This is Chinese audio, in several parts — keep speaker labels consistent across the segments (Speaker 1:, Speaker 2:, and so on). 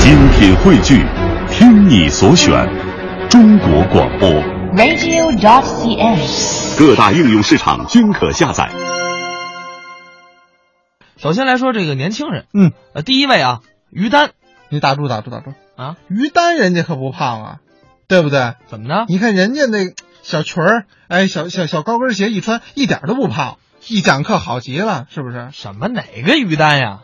Speaker 1: 精品汇聚，听你所选，中国广播。
Speaker 2: radio.cn。
Speaker 1: 各大应用市场均可下载。
Speaker 3: 首先来说这个年轻人，
Speaker 4: 嗯，
Speaker 3: 呃，第一位啊，于丹
Speaker 4: 你打住打住打住！
Speaker 3: 啊，
Speaker 4: 于丹人家可不胖啊，对不对？
Speaker 3: 怎么呢？
Speaker 4: 你看人家那小裙儿，哎，小小小高跟鞋一穿，一点都不胖，一讲课好极了，是不是？
Speaker 3: 什么哪个于丹呀？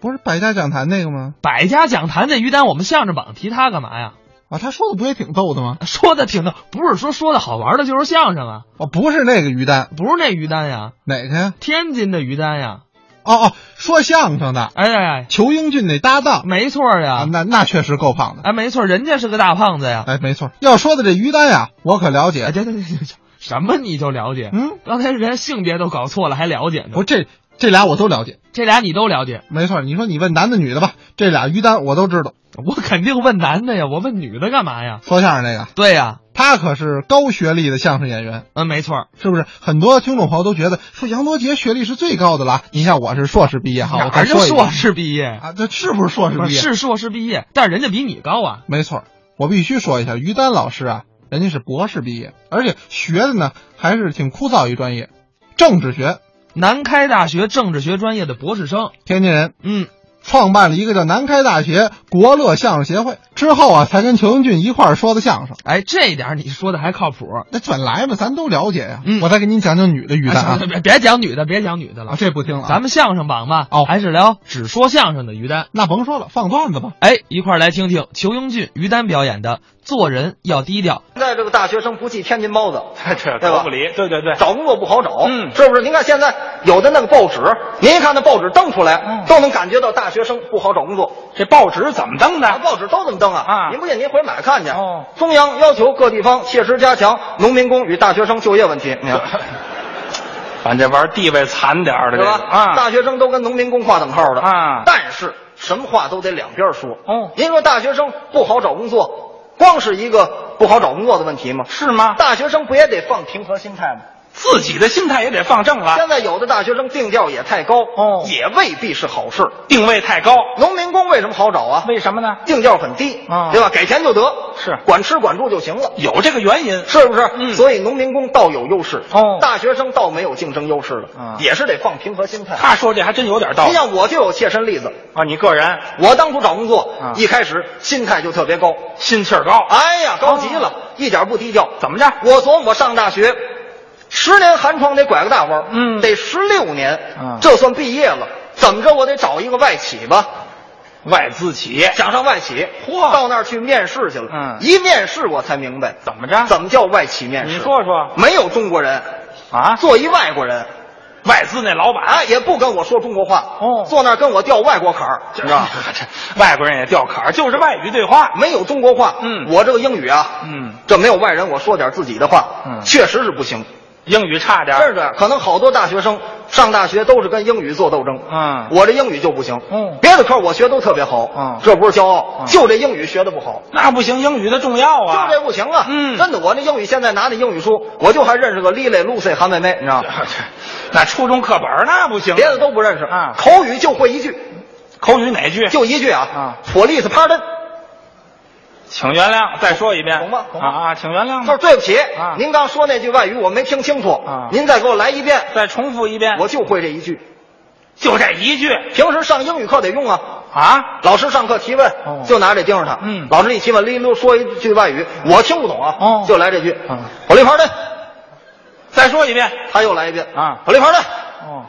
Speaker 4: 不是百家讲坛那个吗？
Speaker 3: 百家讲坛那于丹，我们相声榜提他干嘛呀？
Speaker 4: 啊，他说的不也挺逗的吗？
Speaker 3: 说的挺的，不是说说的好玩的，就是相声啊，
Speaker 4: 哦，不是那个于丹，
Speaker 3: 不是那于丹呀，
Speaker 4: 哪个呀？
Speaker 3: 天津的于丹呀，
Speaker 4: 哦哦，说相声的
Speaker 3: 哎哎哎，
Speaker 4: 裘英俊那搭档
Speaker 3: 没错
Speaker 4: 啊，
Speaker 3: 呀，
Speaker 4: 那那确实够胖的。
Speaker 3: 哎没错，人家是个大胖子呀，
Speaker 4: 哎，没错，要说的这于丹呀，我可了
Speaker 3: 哎
Speaker 4: 解。
Speaker 3: 对对对对，对什么你就了解？
Speaker 4: 嗯，
Speaker 3: 刚才人家性别都搞错了，还了解呢？
Speaker 4: 不，这这俩我都了解。
Speaker 3: 这俩你都了解，
Speaker 4: 没错，你说你问男的女的吧，这俩于丹我都知道。
Speaker 3: 我肯定问男的呀，我问女的干嘛呀？
Speaker 4: 说相声那个，
Speaker 3: 对呀，
Speaker 4: 他可是高学历的相声演员，
Speaker 3: 嗯，没错，
Speaker 4: 是不是？很多听众朋友都觉得说杨多杰学历是最高的了。你像我是硕士毕业哈，我
Speaker 3: 哪
Speaker 4: 再
Speaker 3: 儿就
Speaker 4: 说一遍
Speaker 3: 硕士毕业？
Speaker 4: 啊，这是不是硕士
Speaker 3: 不
Speaker 4: 毕
Speaker 3: 是
Speaker 4: 业？，
Speaker 3: 是硕士毕业，但是人家比你高啊。
Speaker 4: 没错。我必须说一下，于丹老师啊，人家是博士毕业，而且学的呢还是挺枯燥一专业，政治学，
Speaker 3: 南开大学政治学专业的博士生，
Speaker 4: 天津人。
Speaker 3: 嗯，
Speaker 4: 创办了一个叫南开大学国乐相声协会，之后啊，才跟裘英俊一块儿说的相声。
Speaker 3: 哎，这点儿你说的还靠谱。
Speaker 4: 那本来嘛，咱都了解呀、
Speaker 3: 嗯
Speaker 4: 我再给您讲讲女的于丹
Speaker 3: 哎
Speaker 4: 啊
Speaker 3: 行，别别讲女的，别讲女的
Speaker 4: 啊，
Speaker 3: 了，
Speaker 4: 这不听了啊，
Speaker 3: 咱们相声榜吧，
Speaker 4: 哦
Speaker 3: 还是聊只说相声的于丹。
Speaker 4: 那甭说了，放段子吧。
Speaker 3: 哎，一块儿来听听裘英俊、于丹表演的《做人要低调》。
Speaker 5: 现在这个大学生不系天津包子，
Speaker 6: 这
Speaker 5: 对吧
Speaker 6: 狗不理，对对对，
Speaker 5: 找工作不好找，
Speaker 6: 嗯
Speaker 5: 是不是？您看现在有的那个报纸，您一看那报纸登出来，都能感觉到大学生不好找工作。
Speaker 6: 嗯这报纸怎么登
Speaker 5: 啊
Speaker 6: 的？
Speaker 5: 报纸都这么登啊！
Speaker 6: 啊
Speaker 5: 您不信您回买看去。
Speaker 6: 哦，
Speaker 5: 中央要求各地方切实加强农民工与大学生就业问题，你 看，
Speaker 6: 俺这玩意儿地位惨点儿的，
Speaker 5: 对
Speaker 6: 这个
Speaker 5: 吧？
Speaker 6: 啊，
Speaker 5: 大学生都跟农民工划等号的
Speaker 6: 啊
Speaker 5: 但是什么话都得两边说。
Speaker 6: 哦
Speaker 5: 您说大学生不好找工作，光是一个不好找工作的问题吗？
Speaker 6: 是吗？
Speaker 5: 大学生不也得放平和心态吗？
Speaker 6: 自己的心态也得放正了，
Speaker 5: 现在有的大学生定调也太高，
Speaker 6: 哦
Speaker 5: 也未必是好事。
Speaker 6: 定位太高，
Speaker 5: 农民工为什么好找啊？
Speaker 6: 为什么呢？
Speaker 5: 定调很低，
Speaker 6: 啊
Speaker 5: 对吧？给钱就得，
Speaker 6: 是
Speaker 5: 管吃管住就行了，
Speaker 6: 有这个原因，
Speaker 5: 是不是？
Speaker 6: 嗯
Speaker 5: 所以农民工倒有优势，
Speaker 6: 哦
Speaker 5: 大学生倒没有竞争优势了，
Speaker 6: 啊
Speaker 5: 也是得放平和心态。
Speaker 6: 他说这还真有点道
Speaker 5: 你
Speaker 6: 理
Speaker 5: 像我就有切身例子，
Speaker 6: 啊。你个人
Speaker 5: 我当初找工作，
Speaker 6: 啊
Speaker 5: 一开始心态就特别高，
Speaker 6: 心气儿高，
Speaker 5: 哎呀，高级了，一点不低调。
Speaker 6: 哦怎么着？
Speaker 5: 我琢磨上大学，十年寒窗得拐个大弯儿
Speaker 6: 嗯
Speaker 5: 得十六年，
Speaker 6: 嗯
Speaker 5: 这算毕业了。怎么着，我得找一个外企吧，
Speaker 6: 外资企业
Speaker 5: 想上外企，
Speaker 6: 哎嚯
Speaker 5: 到那儿去面试去了。
Speaker 6: 嗯
Speaker 5: 一面试我才明白
Speaker 6: 怎么着？
Speaker 5: 怎么叫外企面试。
Speaker 6: 你说说
Speaker 5: 没有中国人，
Speaker 6: 啊？
Speaker 5: 做一外国人，
Speaker 6: 外资那老板，
Speaker 5: 哎，也不跟我说中国话，
Speaker 6: 哦
Speaker 5: 坐那儿跟我掉外国坎儿，你知道吗？
Speaker 6: 这外国人也掉坎儿，就是外语对话，
Speaker 5: 没有中国话，
Speaker 6: 嗯
Speaker 5: 我这个英语啊，
Speaker 6: 嗯
Speaker 5: 这没有外人，我说点自己的话，
Speaker 6: 嗯啊
Speaker 5: 确实是不行。
Speaker 6: 英语差点
Speaker 5: 真是
Speaker 6: 儿，
Speaker 5: 这样，可能好多大学生上大学都是跟英语做斗争。
Speaker 6: 嗯
Speaker 5: 我这英语就不行。
Speaker 6: 嗯
Speaker 5: 别的科我学都特别好。
Speaker 6: 嗯
Speaker 5: 这不是骄傲，就这英语学的不好，
Speaker 6: 那不行，英语的重要啊，
Speaker 5: 就这不行啊。
Speaker 6: 嗯
Speaker 5: 真的，我那英语现在拿那英语书，我就还认识个 Lily、Lucy、韩梅梅，你知道吗？
Speaker 6: 啊那初中课本儿那不行，
Speaker 5: 别的都不认识
Speaker 6: 啊
Speaker 5: 口语就会一句，
Speaker 6: 口语哪句？
Speaker 5: 就一句啊
Speaker 6: 啊。
Speaker 5: Police pardon，
Speaker 6: 嗯请原谅，再说一遍，
Speaker 5: 懂吗懂吗
Speaker 6: 啊啊，请原谅
Speaker 5: 就是
Speaker 6: 吧，
Speaker 5: 对不起
Speaker 6: 啊，
Speaker 5: 您刚说那句外语我没听清楚
Speaker 6: 啊，
Speaker 5: 您再给我来一遍，
Speaker 6: 再重复一遍，
Speaker 5: 我就会这一句。
Speaker 6: 就这一句
Speaker 5: 平时上英语课得用啊。
Speaker 6: 啊，
Speaker 5: 老师上课提问，
Speaker 6: 哦
Speaker 5: 就拿这盯着他。
Speaker 6: 嗯
Speaker 5: 老师一提问，哩噜说一句外语，我听不懂啊，
Speaker 6: 哦
Speaker 5: 就来这句
Speaker 6: 嗯。
Speaker 5: 火力炮的，
Speaker 6: 再说一遍
Speaker 5: 他又来一遍
Speaker 6: 啊
Speaker 5: 火力炮的，
Speaker 6: 哦，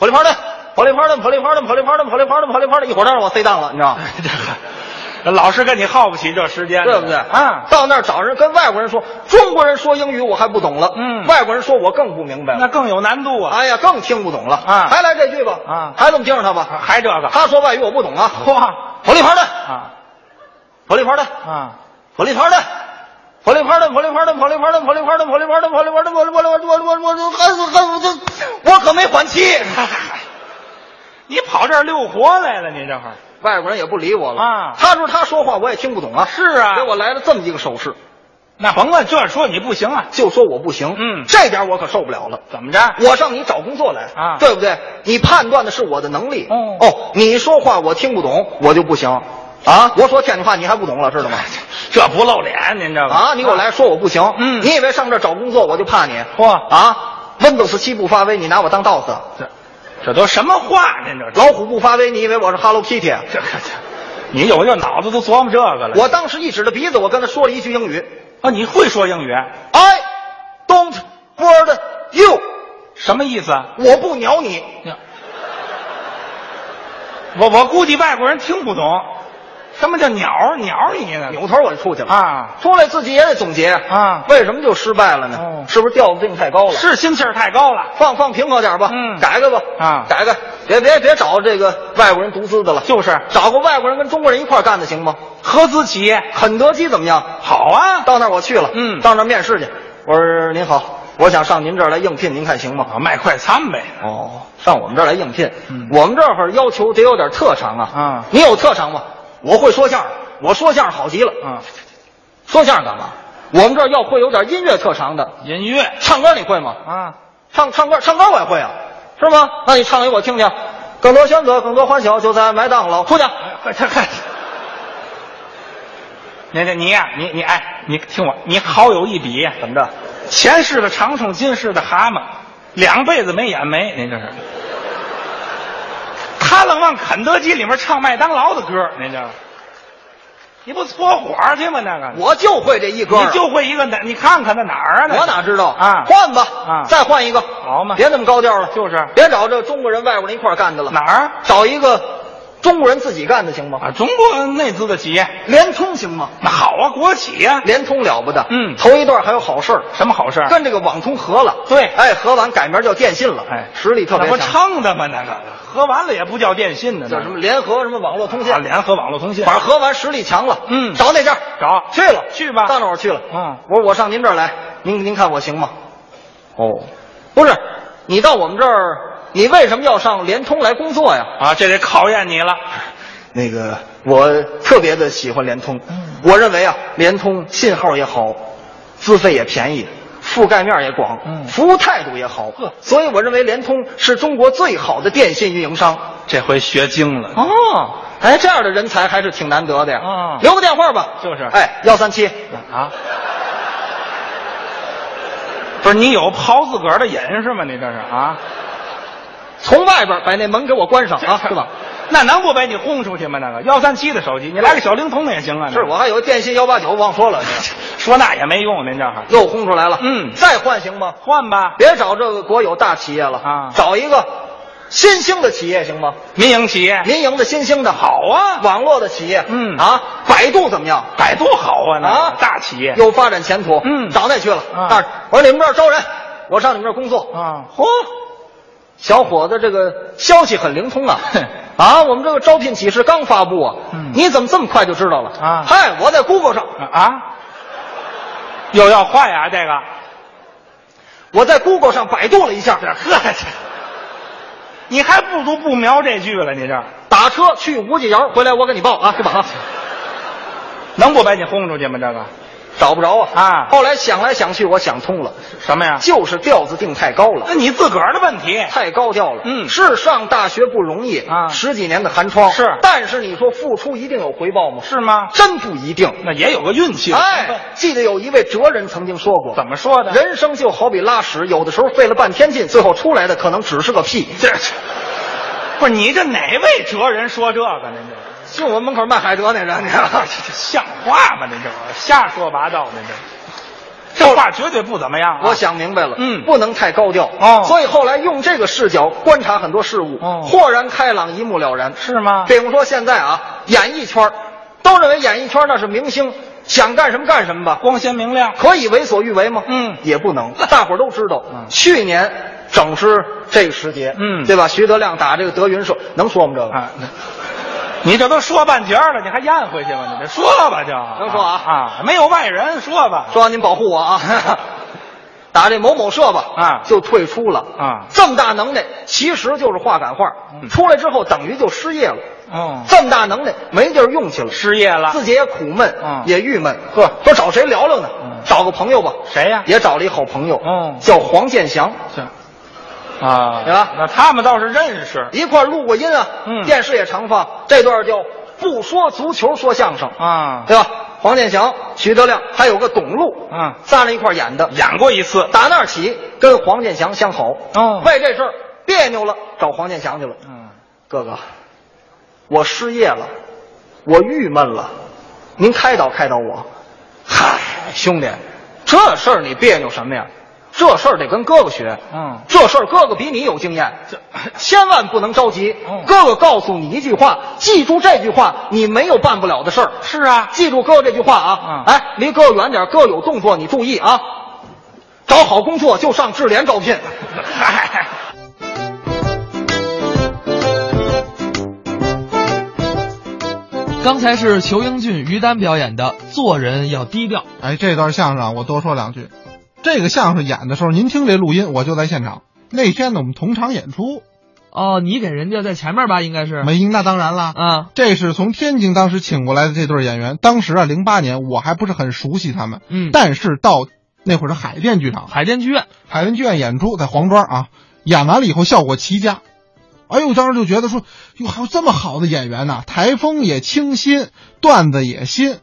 Speaker 5: 火力炮的，火力炮的，火力炮的，火力炮的，火力炮的，火力炮的，一会儿都让我塞档了，你知 道吗？
Speaker 6: 这老师跟你耗不起这时间，
Speaker 5: 对不对？
Speaker 6: 啊，
Speaker 5: 到那儿找人跟外国人说，中国人说英语我还不懂了，
Speaker 6: 嗯
Speaker 5: 外国人说我更不明白
Speaker 6: 那
Speaker 5: 了，
Speaker 6: 更有难度啊，
Speaker 5: 哎呀，更听不懂了
Speaker 6: 啊
Speaker 5: 还来这句吧，
Speaker 6: 啊
Speaker 5: 还这么盯着他吧，
Speaker 6: 还这个，
Speaker 5: 他说外语我不懂啊，
Speaker 6: 嚯
Speaker 5: 火力炮的，
Speaker 6: 啊
Speaker 5: 火力炮的，
Speaker 6: 啊，
Speaker 5: 火力炮的，火力炮的，火力炮的，火力炮的，火力炮的，火力炮的，火力炮的，火力炮的，我我我我恨死恨死，我可没缓气。
Speaker 6: 你跑这儿溜活来了，你这会儿
Speaker 5: 外国人也不理我了
Speaker 6: 啊
Speaker 5: 他说他说话我也听不懂啊，
Speaker 6: 是啊
Speaker 5: 给我来了这么一个手势，
Speaker 6: 那甭问这说你不行啊，
Speaker 5: 就说我不行，
Speaker 6: 嗯
Speaker 5: 这点我可受不了了。
Speaker 6: 怎么着？
Speaker 5: 我上你找工作来
Speaker 6: 啊
Speaker 5: 对不对？你判断的是我的能力。
Speaker 6: 哦
Speaker 5: 哦，你说话我听不懂，我就不行。啊！我说天津话你还不懂了，知道吗？
Speaker 6: 这不露脸，您这个
Speaker 5: 啊！你给我来说我不行，
Speaker 6: 嗯
Speaker 5: 你以为上这找工作我就怕你？
Speaker 6: 嚯
Speaker 5: 啊！Windows 七不发威，你拿我当 DOS；
Speaker 6: 这这都什么话？您这是
Speaker 5: 老虎不发威，你以为我是 Hello Kitty？啊
Speaker 6: 这个这，你有这脑子都琢磨这个了。
Speaker 5: 我当时一指着鼻子，我跟他说了一句英语
Speaker 6: 啊，你会说英语？
Speaker 5: ：I don't word you，
Speaker 6: 什么意思？啊？
Speaker 5: 我不鸟你。
Speaker 6: 我我估计外国人听不懂，什么叫鸟鸟你呢？
Speaker 5: 扭头我就出去了
Speaker 6: 啊！
Speaker 5: 出来自己也得总结
Speaker 6: 啊
Speaker 5: 为什么就失败了呢？
Speaker 6: 哦
Speaker 5: 是不是调子定太高了？
Speaker 6: 是心气儿太高了，
Speaker 5: 放放平和点吧，
Speaker 6: 嗯
Speaker 5: 改改吧，
Speaker 6: 啊
Speaker 5: 改改，别别别找这个外国人独资的了，
Speaker 6: 就是
Speaker 5: 找个外国人跟中国人一块儿干的行吗？
Speaker 6: 合资企业
Speaker 5: 肯德基怎么样？
Speaker 6: 好啊。
Speaker 5: 到那儿我去了，
Speaker 6: 嗯
Speaker 5: 到那儿面试去。我说您好，我想上您这儿来应聘，您看行吗？
Speaker 6: 啊，卖快餐呗。
Speaker 5: 哦，上我们这儿来应聘，
Speaker 6: 嗯
Speaker 5: 我们这儿要求得有点特长啊。
Speaker 6: 啊
Speaker 5: 你有特长吗？我会说相声，我说相声好极了。
Speaker 6: 啊，
Speaker 5: 说相声干嘛？我们这儿要会有点音乐特长的，
Speaker 6: 音乐
Speaker 5: 唱歌你会吗？
Speaker 6: 啊，
Speaker 5: 唱唱歌，唱歌我也会啊，是吗？那你唱一我听听。更多选择，更多欢哦笑，就在麦当劳。出去，
Speaker 6: 快快快！那那你呀、你你哎，你听我，你好有一比，
Speaker 5: 怎么着？
Speaker 6: 前世的长虫，今世的蛤蟆，两辈子没眼眉，您这是。他愣往肯德基里面唱麦当劳的歌，您这是，你不搓火去吗？那个，
Speaker 5: 我就会这一歌啊，
Speaker 6: 你就会一个哪？你看看那哪儿啊？那是
Speaker 5: 我哪知道
Speaker 6: 啊？
Speaker 5: 换吧，
Speaker 6: 啊
Speaker 5: 再换一个，
Speaker 6: 好嘛
Speaker 5: 别那么高调了，
Speaker 6: 就是
Speaker 5: 别找这中国人、外国人一块儿干的了，
Speaker 6: 哪儿
Speaker 5: 找一个中国人自己干的行吗？
Speaker 6: 啊？中国内资的企业，
Speaker 5: 联通行吗？
Speaker 6: 那好啊，国企呀、
Speaker 5: 联通了不得，
Speaker 6: 嗯
Speaker 5: 头一段还有好事儿，
Speaker 6: 什么好事儿？
Speaker 5: 跟这个网通合了，
Speaker 6: 对
Speaker 5: 哎，合完改名叫电信了，
Speaker 6: 哎，
Speaker 5: 实力特别
Speaker 6: 那不
Speaker 5: 强，
Speaker 6: 撑的吗？那个合完了也不叫电信呢，
Speaker 5: 叫什么联合什么网络通信
Speaker 6: 啊，，联合网络通信，
Speaker 5: 反正合完实力强了，
Speaker 6: 嗯
Speaker 5: 找哪家？
Speaker 6: 找
Speaker 5: 去了，
Speaker 6: 去吧
Speaker 5: 到那儿我去了，
Speaker 6: 嗯
Speaker 5: 啊我说我上您这儿来，您您看我行吗？哦，不是，你到我们这儿，你为什么要上联通来工作呀？
Speaker 6: 啊，这得考验你了。
Speaker 5: 那个，我特别的喜欢联通，我认为啊，联通信号也好，资费也便宜。覆盖面也广，
Speaker 6: 嗯
Speaker 5: 服务态度也好，所以我认为联通是中国最好的电信运营商。
Speaker 6: 这回学精了，
Speaker 5: 哦，哎，这样的人才还是挺难得的呀。
Speaker 6: 啊
Speaker 5: 留个电话吧。
Speaker 6: 就是
Speaker 5: 哎，幺三七。
Speaker 6: 啊，不是你有刨自个儿的瘾是吗？你这是啊？
Speaker 5: 从外边把那门给我关上 啊，是吧？？
Speaker 6: 那能不把你轰出去吗？那个幺三七的手机，你来个小灵通也行啊。
Speaker 5: 是我还有电信幺八九忘说了，你
Speaker 6: 说那也没用，您这儿
Speaker 5: 又轰出来了。
Speaker 6: 嗯
Speaker 5: 再换行吗？
Speaker 6: 换吧，
Speaker 5: 别找这个国有大企业了
Speaker 6: 啊
Speaker 5: 找一个新兴的企业行吗？
Speaker 6: 民营企业，
Speaker 5: 民营的新兴的好
Speaker 6: 啊
Speaker 5: 网络的企业，
Speaker 6: 嗯
Speaker 5: 啊，百度怎么样？
Speaker 6: 百度好啊，那
Speaker 5: 啊
Speaker 6: 个大企业
Speaker 5: 有发展前途。
Speaker 6: 嗯
Speaker 5: 找那去了。
Speaker 6: 啊
Speaker 5: 那儿我说你们这儿招人，我上你们这儿工作。
Speaker 6: 啊
Speaker 5: 嚯，小伙子这个消息很灵通啊
Speaker 6: 哼！
Speaker 5: 啊，我们这个招聘启事刚发布啊，
Speaker 6: 嗯
Speaker 5: 你怎么这么快就知道了
Speaker 6: 啊
Speaker 5: 嗨，我在 Google 上，
Speaker 6: 啊啊，又要换呀、这个。
Speaker 5: 我在 Google 上百度了一下，
Speaker 6: 这呵，这你还不如不瞄这句了，你这
Speaker 5: 打车去吴家窑，回来我给你报啊，是吧？ 啊
Speaker 6: 能不把你轰出去吗？这个
Speaker 5: 找不着啊
Speaker 6: 啊
Speaker 5: 后来想来想去，我想通了，
Speaker 6: 什么呀？
Speaker 5: 就是调子定太高了
Speaker 6: 那。你自个儿的问题。
Speaker 5: 太高调了。
Speaker 6: 嗯
Speaker 5: 是上大学不容易
Speaker 6: 啊
Speaker 5: 十几年的寒窗
Speaker 6: 是
Speaker 5: 但是你说付出一定有回报吗？
Speaker 6: 是吗
Speaker 5: 真不一定。
Speaker 6: 那也有个运气的成分。
Speaker 5: 哎，记得有一位哲人曾经说过，
Speaker 6: 怎么说的？
Speaker 5: 人生就好比拉屎，有的时候费了半天劲，最后出来的可能只是个屁。
Speaker 6: 这这不是你这哪位哲人说这个呢？您这
Speaker 5: 就我门口卖海蜇那人，你知道吗
Speaker 6: 这像话吗？您这瞎说八道，您这这话绝对不怎么样、啊。
Speaker 5: 我想明白了，
Speaker 6: 嗯
Speaker 5: 不能太高调
Speaker 6: 哦
Speaker 5: 所以后来用这个视角观察很多事物，
Speaker 6: 哦
Speaker 5: 豁然开朗，一目了然。
Speaker 6: 是吗
Speaker 5: 比如说现在啊，演艺圈儿都认为演艺圈儿那是明星，想干什么干什么吧，
Speaker 6: 光鲜明亮，
Speaker 5: 可以为所欲为吗？
Speaker 6: 嗯
Speaker 5: 也不能。大伙儿都知道，
Speaker 6: 嗯
Speaker 5: 去年整是这个时节，
Speaker 6: 嗯
Speaker 5: 对吧？徐德亮打这个德云社，能说吗？这个、
Speaker 6: 啊，你这都说半截儿了，你还咽回去吗？你这说吧就，
Speaker 5: 能说啊
Speaker 6: 啊，没有外人，说吧。
Speaker 5: 说您保护我啊！ 打这某某社吧，
Speaker 6: 啊
Speaker 5: 就退出了
Speaker 6: 啊
Speaker 5: 这么大能耐，其实就是画赶画，
Speaker 6: 嗯
Speaker 5: 出来之后等于就失业了。
Speaker 6: 哦
Speaker 5: 这么大能耐，没地儿用去了，
Speaker 6: 失业了，
Speaker 5: 自己也苦闷，
Speaker 6: 嗯
Speaker 5: 也郁闷。呵，说找谁聊聊呢？
Speaker 6: 嗯
Speaker 5: 找个朋友吧。
Speaker 6: 谁呀
Speaker 5: 也找了一好朋友，
Speaker 6: 哦
Speaker 5: 叫黄健翔，
Speaker 6: 是啊，
Speaker 5: 对吧
Speaker 6: 那他们倒是认识
Speaker 5: 一块儿录过音啊。
Speaker 6: 嗯
Speaker 5: 电视也常放。这段叫不说足球，说相声，
Speaker 6: 啊
Speaker 5: 对吧？黄健翔、徐德亮，还有个董路，
Speaker 6: 嗯
Speaker 5: 仨人一块儿演的。
Speaker 6: 演过一次，
Speaker 5: 打那儿起跟黄健翔相好，
Speaker 6: 哦
Speaker 5: 为这事儿别扭了，找黄健翔去了。
Speaker 6: 嗯，
Speaker 5: 哥哥，我失业了，我郁闷了，您开导开导我。嗨，兄弟，这事儿你别扭什么呀？这事儿得跟哥哥学。
Speaker 6: 嗯
Speaker 5: 这事儿哥哥比你有经验，千万不能着急。
Speaker 6: 嗯
Speaker 5: 哥哥告诉你一句话，记住这句话，你没有办不了的事儿。
Speaker 6: 是啊，
Speaker 5: 记住哥哥这句话啊！
Speaker 6: 嗯
Speaker 5: 哎，离哥哥远点，哥有动作你注意啊！找好工作就上智联招聘。
Speaker 6: 嗨，
Speaker 3: 刚才是裘英俊、于丹表演的《做人要低调》。
Speaker 4: 哎，这段相声啊，我多说两句。这个相声演的时候，您听这录音，我就在现场。那天呢，我们同场演出，
Speaker 3: 哦，你给人家在前面吧，应该是
Speaker 4: 没赢那当然啦。
Speaker 3: 啊，
Speaker 4: 这是从天津当时请过来的这对演员，当时啊，零八年我还不是很熟悉他们，
Speaker 3: 嗯
Speaker 4: 但是到那会儿的海淀剧场、
Speaker 3: 海淀剧院
Speaker 4: 海淀剧院演出，在黄庄啊，演完了以后效果奇佳，哎呦，当时就觉得说，哟，还有这么好的演员呐、台风也清新，段子也新，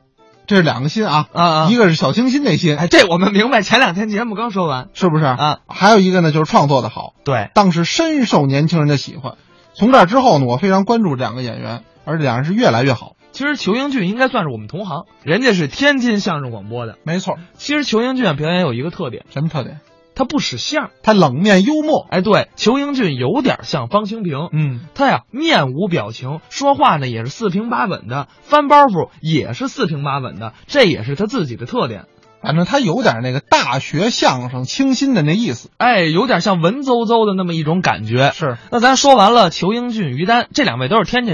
Speaker 4: 这是两个新啊，
Speaker 3: 啊啊
Speaker 4: 一个是小清新那新，
Speaker 3: 哎，这我们明白。前两天节目刚说完，
Speaker 4: 是不是
Speaker 3: 啊？
Speaker 4: 还有一个呢，就是创作的好，
Speaker 3: 对，
Speaker 4: 当时深受年轻人的喜欢。从这儿之后呢，我非常关注这两个演员，而且两人是越来越好。
Speaker 3: 其实裘英俊应该算是我们同行，人家是天津相声广播的。
Speaker 4: 没错，
Speaker 3: 其实裘英俊啊表演有一个特点，
Speaker 4: 什么特点？
Speaker 3: 他不使相。
Speaker 4: 他冷面幽默。
Speaker 3: 哎，对，裘英俊有点像方清平，
Speaker 4: 嗯，
Speaker 3: 他呀面无表情，说话呢也是四平八稳的，翻包袱也是四平八稳的，这也是他自己的特点。
Speaker 4: 反正他有点那个大学相声清新的那意思。
Speaker 3: 哎，有点像文绉绉的那么一种感觉。
Speaker 4: 是
Speaker 3: 那咱说完了裘英俊、于丹这两位都是天津人。